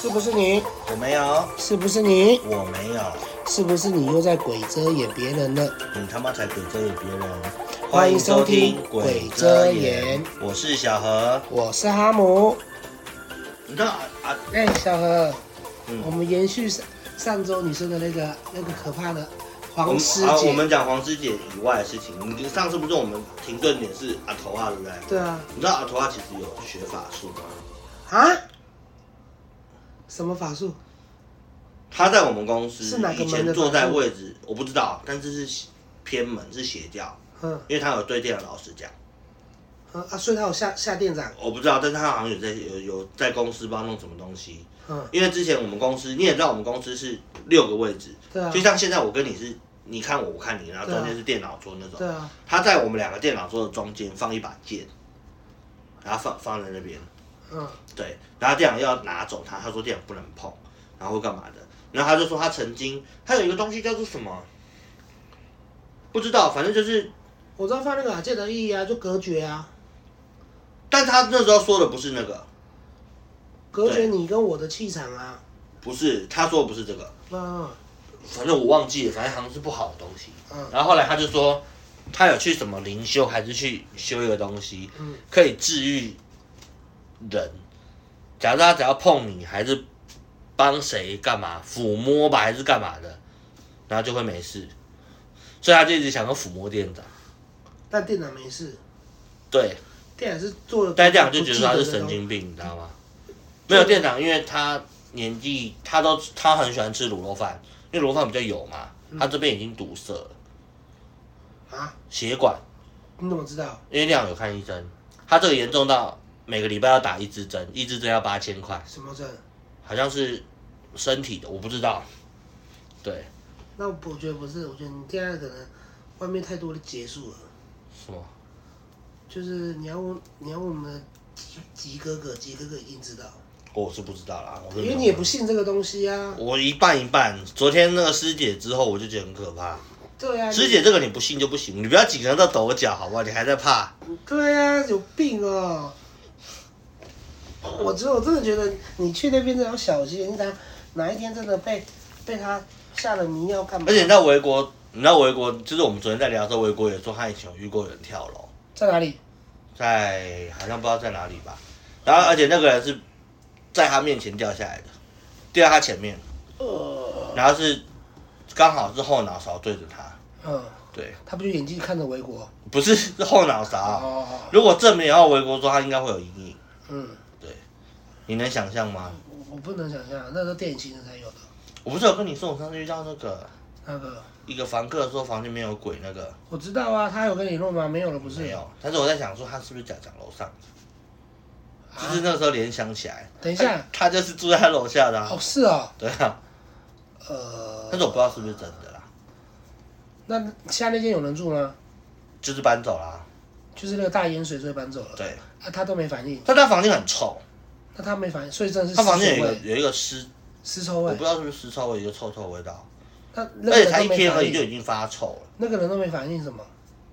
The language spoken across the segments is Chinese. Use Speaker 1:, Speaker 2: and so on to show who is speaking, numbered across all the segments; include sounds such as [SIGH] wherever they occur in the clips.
Speaker 1: 是不是你？
Speaker 2: 我没有，
Speaker 1: 是不是你？
Speaker 2: 我没有，
Speaker 1: 是不是你又在鬼遮掩别人了？
Speaker 2: 你他妈才鬼遮眼别人！
Speaker 1: 欢迎收听
Speaker 2: 欢迎
Speaker 1: 鬼遮眼
Speaker 2: 我是小何。
Speaker 1: 我是哈姆。
Speaker 2: 你知道啊啊，
Speaker 1: 哎、小何，
Speaker 2: 嗯
Speaker 1: 我们延续上上周你说的那个那个可怕的
Speaker 2: 我
Speaker 1: 黄
Speaker 2: 们
Speaker 1: 师
Speaker 2: 啊，
Speaker 1: 姐。
Speaker 2: 我们讲黄师姐以外的事情，你就上次不是我们停顿点是阿头啊，对不对？
Speaker 1: 对啊。
Speaker 2: 你知道阿头啊其实有学法术吗？
Speaker 1: 啊？什么法术？
Speaker 2: 他在我们公司
Speaker 1: 是哪个
Speaker 2: 以
Speaker 1: 门的
Speaker 2: 前坐在
Speaker 1: 法术
Speaker 2: 位置，我不知道，但是是偏门是邪教，
Speaker 1: 嗯
Speaker 2: 因为他有对店的老师讲，
Speaker 1: 嗯啊，所以他有下下店长。
Speaker 2: 我不知道，但是他好像有在有有在公司帮弄什么东西，
Speaker 1: 嗯，
Speaker 2: 因为之前我们公司你也知道，我们公司是六个位置，
Speaker 1: 对啊
Speaker 2: 就。像现在我跟你是，你看我，我看你，然后
Speaker 1: 对啊
Speaker 2: 中间是电脑桌那种。
Speaker 1: 对啊。
Speaker 2: 他在我们两个电脑桌的中间放一把剑，然后放放在那边，
Speaker 1: 嗯
Speaker 2: 对，然后店长要拿走它，他说店长不能碰，然后会干嘛的？然后他就说他曾经，他有一个东西叫做什么，不知道，反正就是，
Speaker 1: 我知道放那个啊，建的意义啊，就隔绝啊，
Speaker 2: 但他那时候说的不是那个，
Speaker 1: 隔绝
Speaker 2: 对
Speaker 1: 你跟我的气场啊。
Speaker 2: 不是，他说的不是这个，
Speaker 1: 嗯
Speaker 2: 反正我忘记了，反正好像是不好的东西。
Speaker 1: 嗯
Speaker 2: 然后后来他就说，他有去什么灵修，还是去修一个东西，
Speaker 1: 嗯
Speaker 2: 可以治愈人。假如他只要碰你，还是帮谁干嘛，抚摸吧，还是干嘛的，然后就会没事。所以他就一直想要抚摸店长，
Speaker 1: 但店长没事，
Speaker 2: 对，
Speaker 1: 店长是做了。
Speaker 2: 但这样就觉得他是
Speaker 1: 不记得的
Speaker 2: 神
Speaker 1: 东西。
Speaker 2: 经病，你知道吗？没有店长，因为他年纪，他都他很喜欢吃卤肉饭，因为卤肉饭比较油嘛，
Speaker 1: 嗯
Speaker 2: 他这边已经堵塞了
Speaker 1: 啊？
Speaker 2: 血管，
Speaker 1: 你怎么知道？
Speaker 2: 因为亮有看医生，他这个严重到每个礼拜要打一支针，一支针要八千块，
Speaker 1: 什么证？
Speaker 2: 好像是身体的，我不知道。对，
Speaker 1: 那我我觉得不是，我觉得你现在可能外面太多的结束了，
Speaker 2: 什么？
Speaker 1: 就是你要问你要问我们的吉吉哥哥，吉哥哥一定知道，
Speaker 2: 我是不知道啦，我是
Speaker 1: 因
Speaker 2: 没有
Speaker 1: 为你也不信这个东西啊。
Speaker 2: 我一半一半。昨天那个师姐之后，我就觉得很可怕。
Speaker 1: 对啊，你
Speaker 2: 师姐，这个你不信就不行，你不要紧张到抖脚，好不好？你还在怕？
Speaker 1: 对啊，有病哦。我只我真的觉得你去那边真的要小心，你哪哪一天真的被被他下了迷药干嘛？
Speaker 2: 而且你知道维国，你知道维国，就是我们昨天在聊的时候，维国也说他以前有遇过有人跳楼，
Speaker 1: 在哪里？
Speaker 2: 在好像不知道在哪里吧。然后而且那个人是在他面前掉下来的，掉在他前面，
Speaker 1: 呃，
Speaker 2: 然后是刚好是后脑勺对着他，
Speaker 1: 嗯，
Speaker 2: 对，
Speaker 1: 他不就眼睛看着维国？
Speaker 2: 不是是后脑勺。
Speaker 1: 哦，
Speaker 2: 如果正面然后维国说他应该会有阴影，
Speaker 1: 嗯，
Speaker 2: 你能想象吗？
Speaker 1: 我我不能想象，那都电影情人才有的
Speaker 2: 我不是有跟你说我上次遇到那个
Speaker 1: 那个。
Speaker 2: 一个房客说房间里面有鬼那个，
Speaker 1: 我知道啊，他有跟你弄吗？没有了，不是。
Speaker 2: 没有，但是我在想说他是不是假讲楼上，
Speaker 1: 啊
Speaker 2: 就是那时候联想起来，哎
Speaker 1: 等一下，
Speaker 2: 他就是住在他楼下的、啊。
Speaker 1: 哦，是哦，
Speaker 2: 对啊，
Speaker 1: 呃，
Speaker 2: 但是我不知道是不是真的啦，
Speaker 1: 那下那间有人住吗？
Speaker 2: 就是搬走啦。
Speaker 1: 就是那个大盐水所以搬走了，
Speaker 2: 对，
Speaker 1: 啊，他都没反应，
Speaker 2: 但他房间很臭，
Speaker 1: 那他没反应，所以真的是
Speaker 2: 他房间
Speaker 1: 尸
Speaker 2: 有
Speaker 1: 臭
Speaker 2: 一个
Speaker 1: 味
Speaker 2: 有一个尸，
Speaker 1: 尸臭
Speaker 2: 我
Speaker 1: 味
Speaker 2: 不知，道是不是尸臭味，一个臭臭味道，
Speaker 1: 那那
Speaker 2: 而
Speaker 1: 个
Speaker 2: 且
Speaker 1: 人
Speaker 2: 才
Speaker 1: 都
Speaker 2: 一
Speaker 1: 没
Speaker 2: 天而
Speaker 1: 反
Speaker 2: 已就
Speaker 1: 应，
Speaker 2: 已经发臭了。
Speaker 1: 那个人都没反应什么？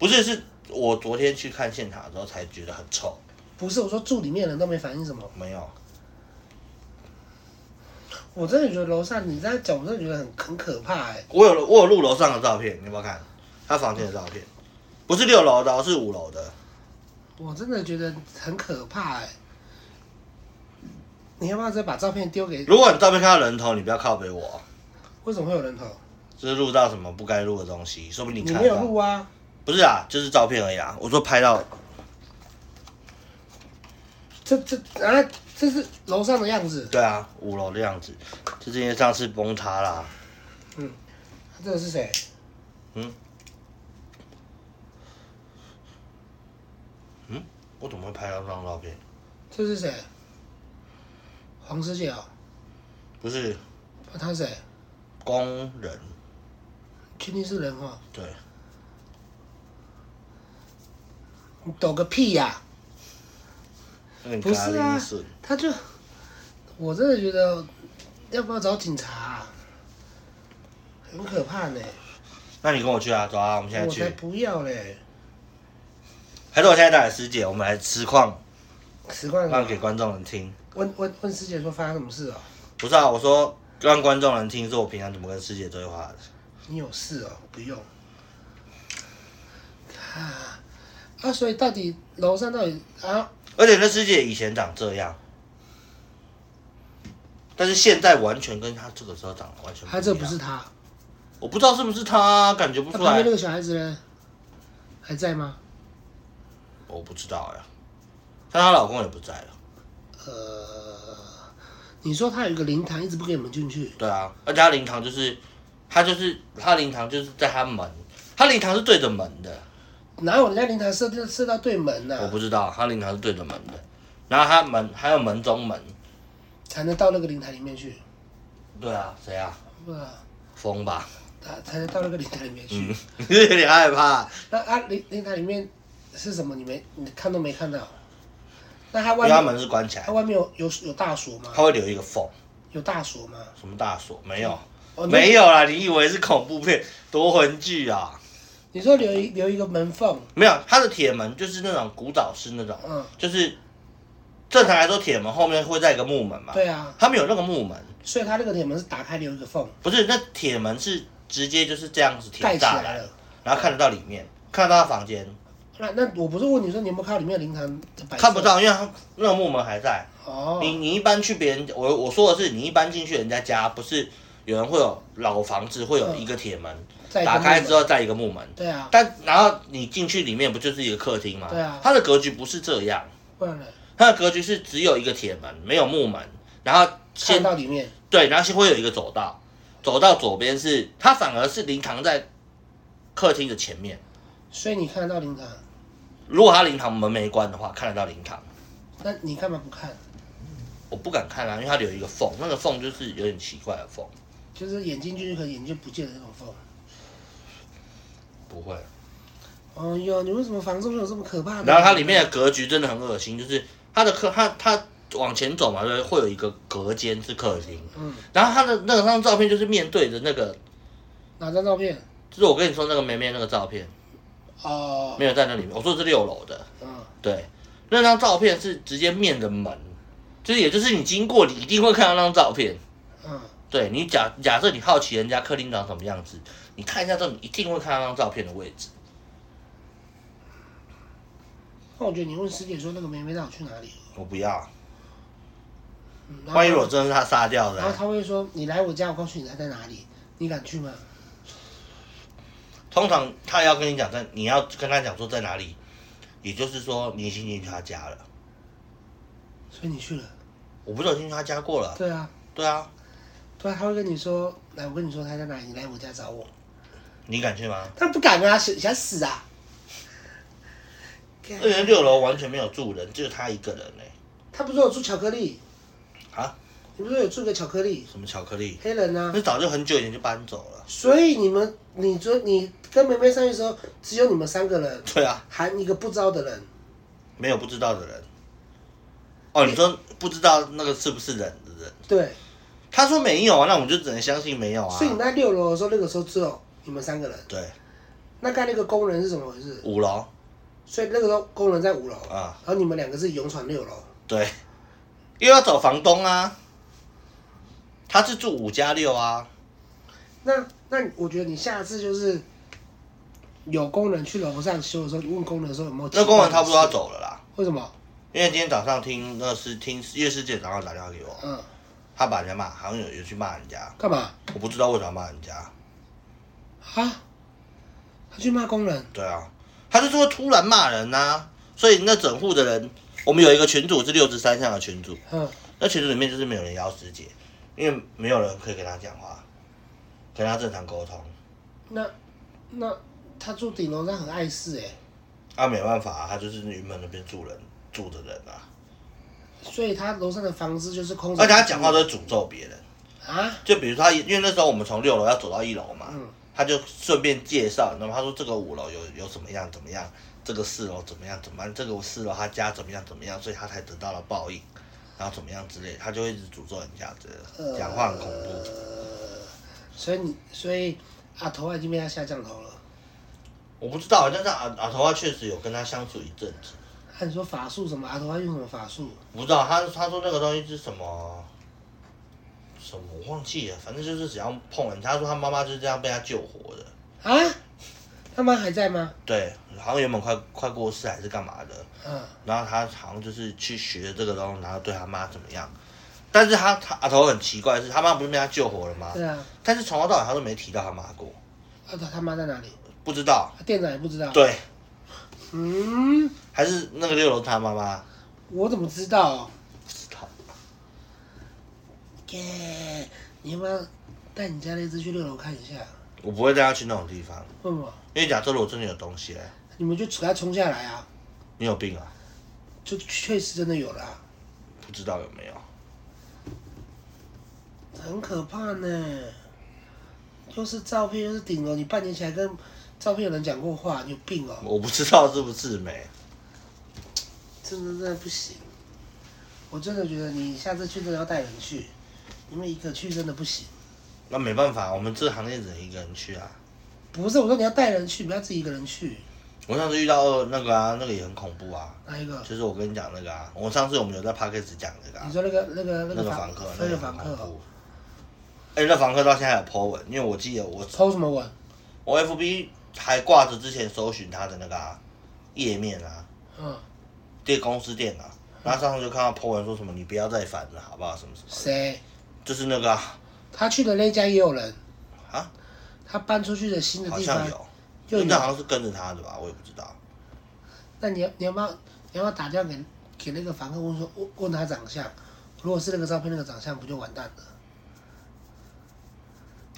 Speaker 2: 不是，是我昨天去看现场的时候才觉得很臭，
Speaker 1: 不是，我说住里面的人都没反应什么？
Speaker 2: 没有。
Speaker 1: 我真的觉得楼上你这样讲，我真的觉得很很可怕哎、
Speaker 2: 我有我有录楼上的照片，你要不要看？他房间的照片，不是六楼的哦，是五楼的。
Speaker 1: 我真的觉得很可怕哎、你要不要再把照片丢给？
Speaker 2: 如果你照片看到人头，你不要靠北我，
Speaker 1: 为什么会有人头？
Speaker 2: 就是录到什么不该录的东西，说不定
Speaker 1: 你
Speaker 2: 看
Speaker 1: 没有
Speaker 2: 到
Speaker 1: 录。啊？
Speaker 2: 不是啊，就是照片而已啊。我说拍到
Speaker 1: 这这啊，这是楼上的样子。
Speaker 2: 对啊，五楼的样子，就是因为上次崩塌啦。
Speaker 1: 这个是谁？
Speaker 2: 我怎么会拍到这张照片？
Speaker 1: 这是谁？黄师姐哦，
Speaker 2: 不是
Speaker 1: 他是谁？
Speaker 2: 工人，
Speaker 1: 确定是人哦？
Speaker 2: 对，
Speaker 1: 你懂个屁呀、
Speaker 2: 那个
Speaker 1: 不是啊
Speaker 2: 咖喱笋
Speaker 1: 他就，我真的觉得，要不要找警察啊、很可怕呢、
Speaker 2: 那你跟我去啊，走啊，我们现在
Speaker 1: 我才
Speaker 2: 去。
Speaker 1: 不要嘞！
Speaker 2: 还是我现在打给师姐，我们来实况，
Speaker 1: 实况
Speaker 2: 让给观众们听。
Speaker 1: 问问问师姐说发生什么事哦？
Speaker 2: 不是啊，我说让观众能听，说我平常怎么跟师姐对话的。
Speaker 1: 你有事哦，不用。啊，啊，所以到底楼上到底啊？
Speaker 2: 而且那师姐以前长这样，但是现在完全跟她这个时候长得完全不一样。
Speaker 1: 他啊这不是他，
Speaker 2: 我不知道是不是她，感觉不
Speaker 1: 那
Speaker 2: 出
Speaker 1: 旁边
Speaker 2: 来
Speaker 1: 那。个小孩子呢？还在吗？
Speaker 2: 我不知道呀，但她老公也不在了。
Speaker 1: 呃，你说他有一个灵堂，一直不给你们进去，
Speaker 2: 对啊，而且她灵堂就是，她就是她灵堂就是在她门，她灵堂是对着门的。
Speaker 1: 哪有人家灵堂设定设到对门呐、
Speaker 2: 我不知道，他灵堂是对着门的，然后他门还有门中门，
Speaker 1: 才能到那个灵堂里面去？
Speaker 2: 对啊，谁啊？
Speaker 1: 不是啊，
Speaker 2: 风吧， [LAUGHS]
Speaker 1: 他才能到那个灵堂里面去。
Speaker 2: 你有点害怕。
Speaker 1: [LAUGHS] 那啊，灵灵堂里面是什么？你没你看都没看到？那他
Speaker 2: 因
Speaker 1: 外
Speaker 2: 为他
Speaker 1: 面
Speaker 2: 门是关起来
Speaker 1: 他
Speaker 2: 的，
Speaker 1: 外面有有有大锁吗？
Speaker 2: 他会留一个缝，
Speaker 1: 有大锁吗？
Speaker 2: 什么大锁没有？
Speaker 1: 哦，你
Speaker 2: 没有啦，你以为是恐怖片夺魂剧啊？
Speaker 1: 你说留一留一个门缝，
Speaker 2: 没有，它的铁门就是那种古早式那种，
Speaker 1: 嗯，
Speaker 2: 就是正常来说铁门后面会在一个木门嘛，
Speaker 1: 对啊，
Speaker 2: 他们有那个木门，
Speaker 1: 所以他那个铁门是打开留一个缝，
Speaker 2: 不是那铁门是直接就是这样子铁
Speaker 1: 盖起
Speaker 2: 栅
Speaker 1: 来
Speaker 2: 栏，
Speaker 1: 了。
Speaker 2: 然后看得到里面，看得到他房间，
Speaker 1: 那那我不是问你说你有没有看到里面的灵堂的摆设
Speaker 2: 看不到，因为他那个木门还在。
Speaker 1: 哦，
Speaker 2: 你你一般去别人，我我说的是，你一般进去人家家，不是有人会有老房子会有一个铁门，
Speaker 1: 嗯在一个
Speaker 2: 打开
Speaker 1: 木门
Speaker 2: 之后再一个木门，
Speaker 1: 对啊，
Speaker 2: 但然后你进去里面不就是一个客厅吗？
Speaker 1: 对啊
Speaker 2: 它的格局不是这样，
Speaker 1: 不然呢？
Speaker 2: 它的格局是只有一个铁门，没有木门，然后
Speaker 1: 看
Speaker 2: 先
Speaker 1: 到里面，
Speaker 2: 对，然后先会有一个走道，走到左边是它反而是灵堂在客厅的前面，
Speaker 1: 所以你看得到灵堂，
Speaker 2: 如果它灵堂门没关的话，看得到灵堂。
Speaker 1: 那你干嘛不看？
Speaker 2: 我不敢看啊，因为它留一个缝，那个缝就是有点奇怪的缝。
Speaker 1: 就是眼睛进去，可眼睛不见的那种缝。
Speaker 2: 不会，
Speaker 1: 哦哟，你为什么房中有这么可怕的？
Speaker 2: 然后它里面的格局真的很恶心，就是它的客，它它往前走嘛，对，会有一个隔间是客厅，
Speaker 1: 嗯，
Speaker 2: 然后它的那张照片就是面对着那个，
Speaker 1: 哪张照片？
Speaker 2: 就是我跟你说那个梅梅那个照片，
Speaker 1: 哦，
Speaker 2: 没有在那里面，我说的是六楼的，
Speaker 1: 嗯，
Speaker 2: 对，那张照片是直接面着门，就是也就是你经过，你一定会看到那张照片。
Speaker 1: 嗯，
Speaker 2: 对你假假设你好奇人家客厅长什么样子，你看一下之后，你一定会看到那张照片的位置。
Speaker 1: 那我觉得你问师姐说那个妹妹到底去哪里了？
Speaker 2: 我不要，
Speaker 1: 嗯然后
Speaker 2: 万一我真的是他杀掉的
Speaker 1: 然后
Speaker 2: 欸，
Speaker 1: 他会说：“你来我家，我告诉你他在哪里，你敢去吗
Speaker 2: 通常他要跟你讲在，你要跟他讲说在哪里，也就是说你已经进去他家了。？”
Speaker 1: 所以你去了。
Speaker 2: 我不是有进去他家过了？
Speaker 1: 对啊，
Speaker 2: 对啊，
Speaker 1: 对啊，他会跟你说：“来，我跟你说他在哪里，你来我家找我。
Speaker 2: 你敢去吗？”
Speaker 1: 他不敢啊，想想死啊！干
Speaker 2: 那人六楼完全没有住人，只有他一个人呢、
Speaker 1: 他不是有住巧克力？
Speaker 2: 啊？
Speaker 1: 你不是有住个巧克力
Speaker 2: 什么巧克力？
Speaker 1: 黑人啊？
Speaker 2: 那早就很久以前就搬走了。
Speaker 1: 所以你们，你昨你跟梅梅上去的时候，只有你们三个人，
Speaker 2: 对啊，
Speaker 1: 含一个不招的人。
Speaker 2: 没有不知道的人。哦，你说不知道那个是不是人的人？
Speaker 1: 对，
Speaker 2: 他说没有啊，那我们就只能相信没有啊
Speaker 1: 所以。你在六楼的时候，那个时候只有你们三个人。
Speaker 2: 对，
Speaker 1: 那刚才那个工人是怎么回事？
Speaker 2: 五楼
Speaker 1: 所以那个时候工人在五楼，
Speaker 2: 啊，
Speaker 1: 然后你们两个是勇闯六楼。
Speaker 2: 对，因为要找房东啊。他是住五加六啊，
Speaker 1: 那那我觉得你下次就是有工人去楼上修的时候，你问工人说有没有奇怪的事？
Speaker 2: 那工人差不多要走了啦，
Speaker 1: 为什么？
Speaker 2: 因为今天早上听那是听夜市姐早上打电话给我，
Speaker 1: 嗯，
Speaker 2: 他把人家骂，好像有有去骂人家，
Speaker 1: 干嘛
Speaker 2: 我不知道为什么骂人家。
Speaker 1: 啊？他去骂工人，
Speaker 2: 对啊，他就是会突然骂人呐、所以那整户的人，我们有一个群主是六十三项的群主，
Speaker 1: 嗯，
Speaker 2: 那群组里面就是没有人邀师姐，因为没有人可以跟他讲话，跟他正常沟通。
Speaker 1: 那那他住顶楼上很碍事哎、
Speaker 2: 啊，没办法、啊，他就是云门那边住人住的人啊，
Speaker 1: 所以他楼上的房子就是空着。
Speaker 2: 而且他讲话都会诅咒别人。
Speaker 1: 啊，
Speaker 2: 就比如说他，因为那时候我们从六楼要走到一楼嘛，
Speaker 1: 嗯
Speaker 2: 他就顺便介绍，那么他说这个五楼有有怎么样怎么样，这个四楼怎么样怎么样，这个四楼他家怎么样怎么样，所以他才得到了报应，然后怎么样之类，他就会一直诅咒人家之类的，讲话很恐
Speaker 1: 呃
Speaker 2: 怖。
Speaker 1: 所以你所以阿头已经被他下降头了。
Speaker 2: 我不知道，但是阿阿头啊确实有跟他相处一阵子，
Speaker 1: 按、啊你说法术什么？阿头用什么法术？
Speaker 2: 不知道他他说那个东西是什么，什么我忘记了，反正就是只要碰人，他说他妈妈就是这样被他救活的。
Speaker 1: 啊？他妈还在吗？
Speaker 2: 对，好像原本快快过世还是干嘛的，
Speaker 1: 啊，
Speaker 2: 然后他好像就是去学这个东西，然后对他妈怎么样。但是他他阿头很奇怪的是，他妈不是被他救活了吗？
Speaker 1: 对啊，
Speaker 2: 但是从头到尾他都没提到他妈过，
Speaker 1: 啊他他妈在哪里？
Speaker 2: 不知道。
Speaker 1: 他店长也不知道。，
Speaker 2: 对，
Speaker 1: 嗯，
Speaker 2: 还是那个六楼他妈妈，
Speaker 1: 我怎么知道？
Speaker 2: 不知道。
Speaker 1: 耶，你要不要带你家那只去六楼看一下？
Speaker 2: 我不会带他去那种地方，
Speaker 1: 为什么？
Speaker 2: 因为假设如果真的有东西嘞，
Speaker 1: 你们就给他冲下来啊！
Speaker 2: 你有病啊？
Speaker 1: 就确实真的有啊啦，
Speaker 2: 不知道有没有？
Speaker 1: 很可怕呢。就是照片，就是顶楼，你半年前还跟照片有人讲过话，你有病哦、
Speaker 2: 我不知道是不是没。
Speaker 1: 真的真的不行。我真的觉得你下次去真的要带人去，你们一个去真的不行。
Speaker 2: 那没办法，我们这行业只能一个人去啊。
Speaker 1: 不是，我说你要带人去，不要自己一个人去。
Speaker 2: 我上次遇到二那个啊，那个也很恐怖啊，
Speaker 1: 哪一个？
Speaker 2: 就是我跟你讲那个啊，我上次我们有在 p a c k a g e 讲那个啊
Speaker 1: 你，说那个那个
Speaker 2: 那
Speaker 1: 个
Speaker 2: 个
Speaker 1: 房
Speaker 2: 房客，
Speaker 1: 那
Speaker 2: 那
Speaker 1: 个
Speaker 2: 个
Speaker 1: 房
Speaker 2: 很恐
Speaker 1: 客哦
Speaker 2: 怖。哎、那房客到现在还有 po 文，因为我记得我
Speaker 1: 抽什么文？
Speaker 2: 我 FB 还挂着之前搜寻他的那个、啊、页面啊，
Speaker 1: 嗯，
Speaker 2: 这公司店啊，然后上次就看到 po 文说什么你不要再烦了，好不好？什么什么，
Speaker 1: 谁？
Speaker 2: 就是那个啊，
Speaker 1: 他去的那家也有人，
Speaker 2: 啊
Speaker 1: 他搬出去的新的
Speaker 2: 好
Speaker 1: 地
Speaker 2: 像
Speaker 1: 方
Speaker 2: 有，
Speaker 1: 又
Speaker 2: 那好像是跟着他的吧，我也不知道。
Speaker 1: 那你要你要不要你要不要打电话给给那个房客问说问问他长相？如果是那个照片那个长相，不就完蛋了？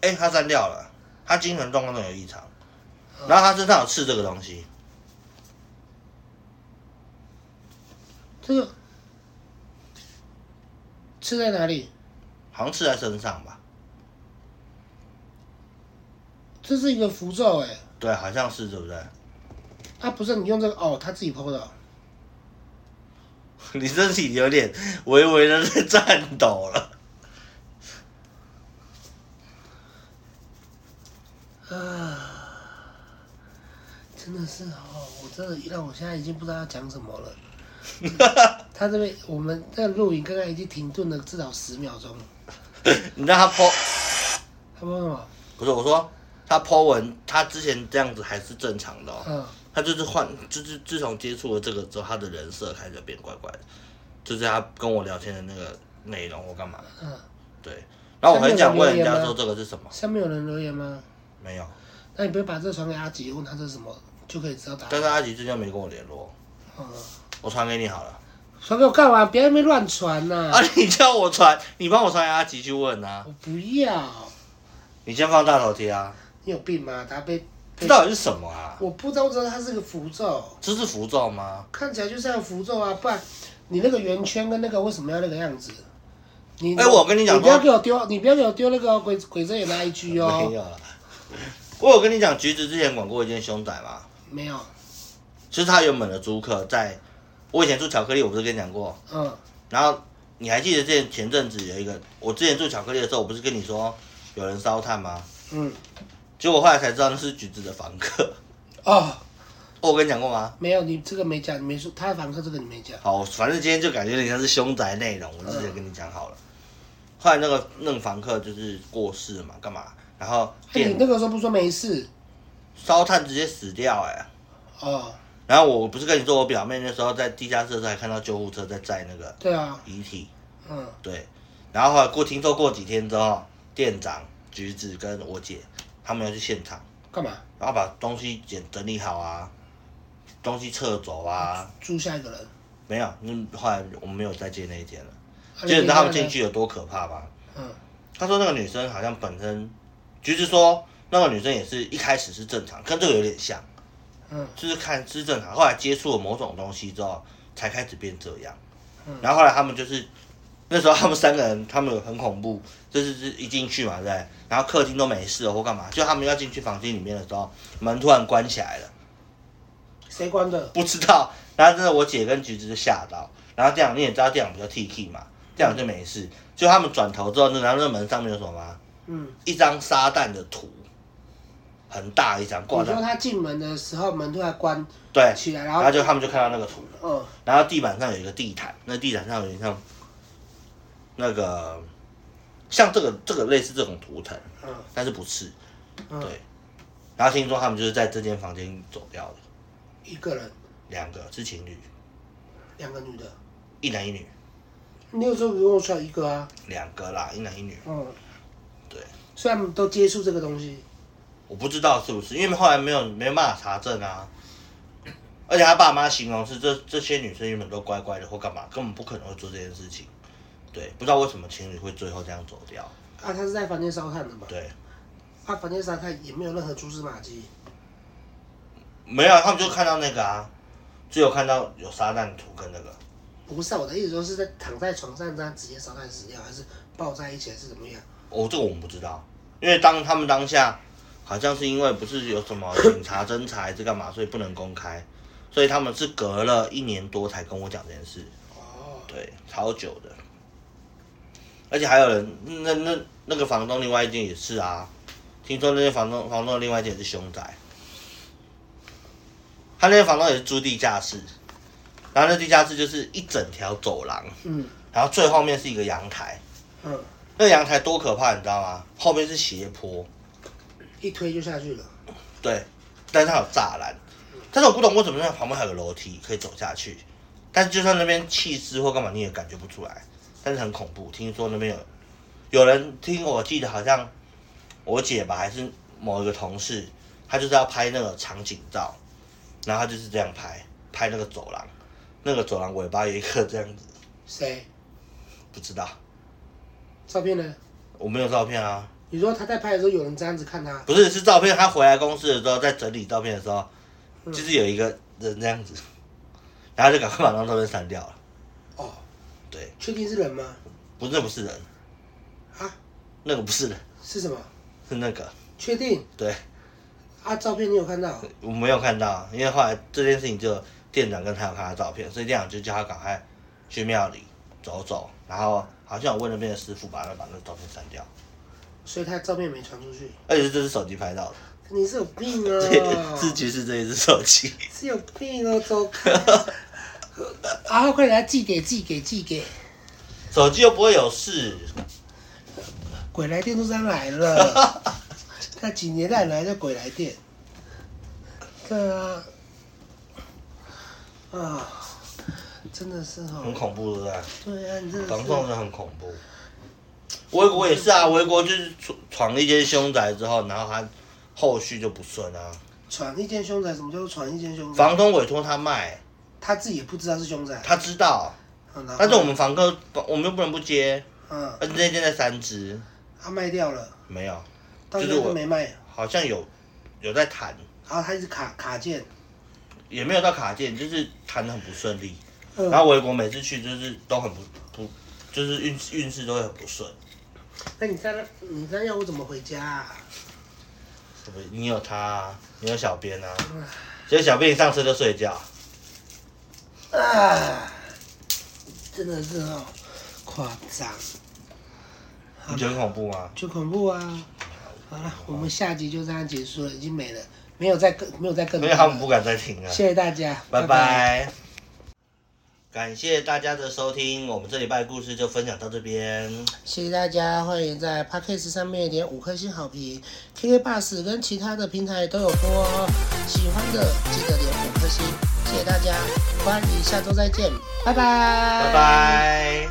Speaker 2: 哎、他删掉了，他精神状况都有异常，
Speaker 1: 嗯
Speaker 2: 然后他身上有刺这个东西，
Speaker 1: 这个是在哪里？
Speaker 2: 好像刺在身上吧？
Speaker 1: 这是一个符咒哎、
Speaker 2: 对，好像是对不 [LAUGHS] 对？
Speaker 1: 他不是你用这个哦，他自己剖的哦。
Speaker 2: 你身体有点微微的在颤抖了。
Speaker 1: 啊，真的是哦，我真的让我现在已经不知道要讲什么了。他这边我们在录影，刚刚已经停顿了至少十秒钟了。
Speaker 2: [LAUGHS] 你知道他 po
Speaker 1: 他说什么？
Speaker 2: 不是我说他 po 文，他之前这样子还是正常的、哦，
Speaker 1: 嗯，
Speaker 2: 他就是换，就是自从接触了这个之后，他的人设开始变怪怪的，就是他跟我聊天的那个内容或干嘛，
Speaker 1: 嗯，
Speaker 2: 对。然后我很想问
Speaker 1: 他没有留言
Speaker 2: 人家
Speaker 1: 吗
Speaker 2: 说这个是什么，
Speaker 1: 下面有人留言吗？
Speaker 2: 没有，
Speaker 1: 那你不会把这个传给阿吉，问他这是什么，就可以知道答
Speaker 2: 但
Speaker 1: 案。
Speaker 2: 是阿吉最近没跟我联络，
Speaker 1: 嗯，
Speaker 2: 我传给你好了。
Speaker 1: 传给我干嘛？别在那边乱传呐、
Speaker 2: 啊，你叫我传，你帮我传给阿吉去问啊，
Speaker 1: 我不要，
Speaker 2: 你先放大头贴啊，
Speaker 1: 你有病吗？他被
Speaker 2: 这到底是什么啊？
Speaker 1: 我不知道，我只知道它是个符咒，
Speaker 2: 这是符咒吗？
Speaker 1: 看起来就像符咒啊，不然你那个圆圈跟那个为什么要那个样子？你
Speaker 2: 哎我跟你讲
Speaker 1: 你不要
Speaker 2: 说
Speaker 1: 给我丢，你不要给我丢那个哦鬼鬼遮眼的 IG
Speaker 2: 没
Speaker 1: 哦，
Speaker 2: 有了。我有跟你讲，橘子之前管过一间凶宅吗？
Speaker 1: 没有，
Speaker 2: 就是他原本的租客在，我以前住巧克力，我不是跟你讲过。
Speaker 1: 嗯，
Speaker 2: 然后你还记得之前前阵子有一个，我之前住巧克力的时候，我不是跟你说有人烧炭吗？
Speaker 1: 嗯，
Speaker 2: 结果后来才知道那是橘子的房客。
Speaker 1: 哦，
Speaker 2: 哦我跟你讲过吗？
Speaker 1: 没有，你这个没讲，你没说他的房客这个你没讲，
Speaker 2: 好，反正今天就感觉有点像是凶宅内容，我之前跟你讲好了。后来那个那个房客就是过世嘛，干嘛？然后
Speaker 1: 哎、你
Speaker 2: 电
Speaker 1: 那个时候不说没事，
Speaker 2: 烧炭直接死掉哎、
Speaker 1: 哦，
Speaker 2: 然后我不是跟你说，我表妹那时候在地下室的时候还看到救护车在载那个
Speaker 1: 对啊，
Speaker 2: 遗体，
Speaker 1: 嗯，
Speaker 2: 对，然后后来过听说过几天之后，店长橘子跟我姐他们要去现场，
Speaker 1: 干嘛
Speaker 2: 然后把东西捡整理好啊，东西撤走啊，
Speaker 1: 住下一个人？
Speaker 2: 没有，那后来我们没有再见那一天了。
Speaker 1: 啊
Speaker 2: 就你知道他们进，
Speaker 1: 你
Speaker 2: 去有多可怕吗？
Speaker 1: 看呢嗯，
Speaker 2: 他说那个女生好像本身，橘子说那个女生也是一开始是正常，跟这个有点像，
Speaker 1: 嗯，
Speaker 2: 就是看是正常，后来接触了某种东西之后才开始变这样
Speaker 1: 嗯。
Speaker 2: 然后后来他们就是那时候他们三个人，他们很恐怖，就是是一进去嘛，对不对，然后客厅都没事了或干嘛，就他们要进去房间里面的时候，门突然关起来了，
Speaker 1: 谁关的？
Speaker 2: 不知道。然后真的我姐跟橘子就吓到，然后这样你也知道这样比较 T K 嘛，这样就没事。就他们转头之后，那然后那门上面有什么吗？
Speaker 1: 嗯。
Speaker 2: 一张撒旦的图，很大一张挂
Speaker 1: 你说
Speaker 2: 在，
Speaker 1: 他进门的时候门突然关
Speaker 2: 对，
Speaker 1: 起来，然
Speaker 2: 然
Speaker 1: 后
Speaker 2: 后就他们就看到那个图，
Speaker 1: 嗯
Speaker 2: 然后地板上有一个地毯，那地毯上有点像那个像这个这个类似这种图腾，
Speaker 1: 嗯
Speaker 2: 但是不是。
Speaker 1: 嗯，
Speaker 2: 对，然后听说他们就是在这间房间走掉的，
Speaker 1: 一个人，
Speaker 2: 两个是情侣，
Speaker 1: 两个女的。
Speaker 2: 一男一女，
Speaker 1: 你有时候跟我说一个啊，
Speaker 2: 两个啦，一男一女。
Speaker 1: 嗯，
Speaker 2: 对，
Speaker 1: 所以他们都接触这个东西，
Speaker 2: 我不知道是不是，因为后来没有没办法查证啊。而且他爸妈形容是这这些女生原本都乖乖的或干嘛，根本不可能会做这件事情。对，不知道为什么情侣会最后这样走掉。
Speaker 1: 啊，他是在房间烧炭的嘛，
Speaker 2: 对，
Speaker 1: 啊，房间烧炭也没有任何蛛丝马迹，
Speaker 2: 没有，他们就看到那个啊，只有看到有撒旦图跟那个，
Speaker 1: 不是、啊、我的意思，说是在躺在床上这样直接烧炭死掉，还是抱在一起，还是怎么样？
Speaker 2: 哦，这个我们不知道，因为当他们当下好像是因为不是有什么警察侦查还是干嘛，所以不能公开，所以他们是隔了一年多才跟我讲这件事。
Speaker 1: 哦，
Speaker 2: 对，超久的。而且还有人，那那那个房东另外一间也是啊，听说那些房东房东的另外一间也是凶宅，他那些房东也是租地下室，然后那地下室就是一整条走廊，
Speaker 1: 嗯
Speaker 2: 然后最后面是一个阳台，
Speaker 1: 嗯，
Speaker 2: 那阳台多可怕你知道吗？后面是斜坡，
Speaker 1: 一推就下去了，
Speaker 2: 对，但是它有栅栏，但是我不懂为什么那旁边还有个楼梯可以走下去，但是就算那边弃尸或干嘛你也感觉不出来，但是很恐怖。听说那边有有人听我记得好像我姐吧还是某一个同事，她就是要拍那个场景照，然后她就是这样拍拍那个走廊，那个走廊尾巴有一个这样子，
Speaker 1: 谁？
Speaker 2: 不知道
Speaker 1: 照片呢？
Speaker 2: 我没有照片啊，
Speaker 1: 你说他在拍的时候有人这样子看他，
Speaker 2: 不是，是照片。他回来公司的时候，在整理照片的时候，就是有一个人这样子，然后就赶快把那张照片删掉了。
Speaker 1: 哦，
Speaker 2: 对，
Speaker 1: 确定是人吗？
Speaker 2: 不是，那不是人，
Speaker 1: 啊，
Speaker 2: 那个不是人，
Speaker 1: 是什么？
Speaker 2: 是那个。
Speaker 1: 确定
Speaker 2: 对，
Speaker 1: 啊？照片你有看到？
Speaker 2: 我没有看到，因为后来这件事情就店长跟他有看他照片，所以店长就叫他赶快去庙里走走，然后好像我问那边的师傅把那把那照片删掉，
Speaker 1: 所以他照片没传出去。
Speaker 2: 而且是这只手机拍到的，
Speaker 1: 你是有病
Speaker 2: [LAUGHS] 对，
Speaker 1: 啊！
Speaker 2: 是局是这一只手机。
Speaker 1: 是有病哦，走开！
Speaker 2: [LAUGHS]
Speaker 1: 啊，快来寄给寄给寄给，
Speaker 2: 手机又不会有事，
Speaker 1: 鬼来电都这样来了。
Speaker 2: [LAUGHS]
Speaker 1: 那几年代来的鬼来电，对啊，啊，真的是
Speaker 2: 很
Speaker 1: 哦，
Speaker 2: 恐怖，对不对？
Speaker 1: 对啊，你真的
Speaker 2: 防
Speaker 1: 是
Speaker 2: 控真的很恐怖。维国也是啊，维国就是闯闯了一间凶宅之后，然后他后续就不顺啊。
Speaker 1: 闯一间凶宅，什么叫做闯一间凶宅？
Speaker 2: 房东委托他卖，
Speaker 1: 他自己也不知道是凶宅，
Speaker 2: 他知道，
Speaker 1: 嗯然后
Speaker 2: 但是我们房客我们又不能不接，
Speaker 1: 嗯，
Speaker 2: 而且那间在三只，
Speaker 1: 他卖掉了，
Speaker 2: 没有，
Speaker 1: 到现
Speaker 2: 就
Speaker 1: 在
Speaker 2: 是我
Speaker 1: 都没卖，
Speaker 2: 好像有有在谈，
Speaker 1: 然后他一直卡卡件，
Speaker 2: 也没有到卡件，就是谈的很不顺利。
Speaker 1: 嗯
Speaker 2: 然，后维国每次去就是都很不不，就是运运势都会很不顺。
Speaker 1: 那你在那，你在那要我怎么回家啊？
Speaker 2: 是不是你有他、啊，你有小编啊，所以小编一上车就睡觉。
Speaker 1: 啊，真的是哦，夸张，
Speaker 2: 你觉得很恐怖吗？
Speaker 1: 就恐怖啊！好了，我们下集就这样结束了，已经没了，没有再更，没有再更
Speaker 2: 所
Speaker 1: 多
Speaker 2: 以他们
Speaker 1: 了。
Speaker 2: 不敢再听了。
Speaker 1: 谢谢大家，
Speaker 2: 拜拜。感谢大家的收听，我们这礼拜的故事就分享到这边。
Speaker 1: 谢谢大家，欢迎在 Podcast 上面点五颗星好评，KK Bus 跟其他的平台都有播哦。喜欢的记得点五颗星，谢谢大家，欢迎下周再见，拜拜，
Speaker 2: 拜。拜。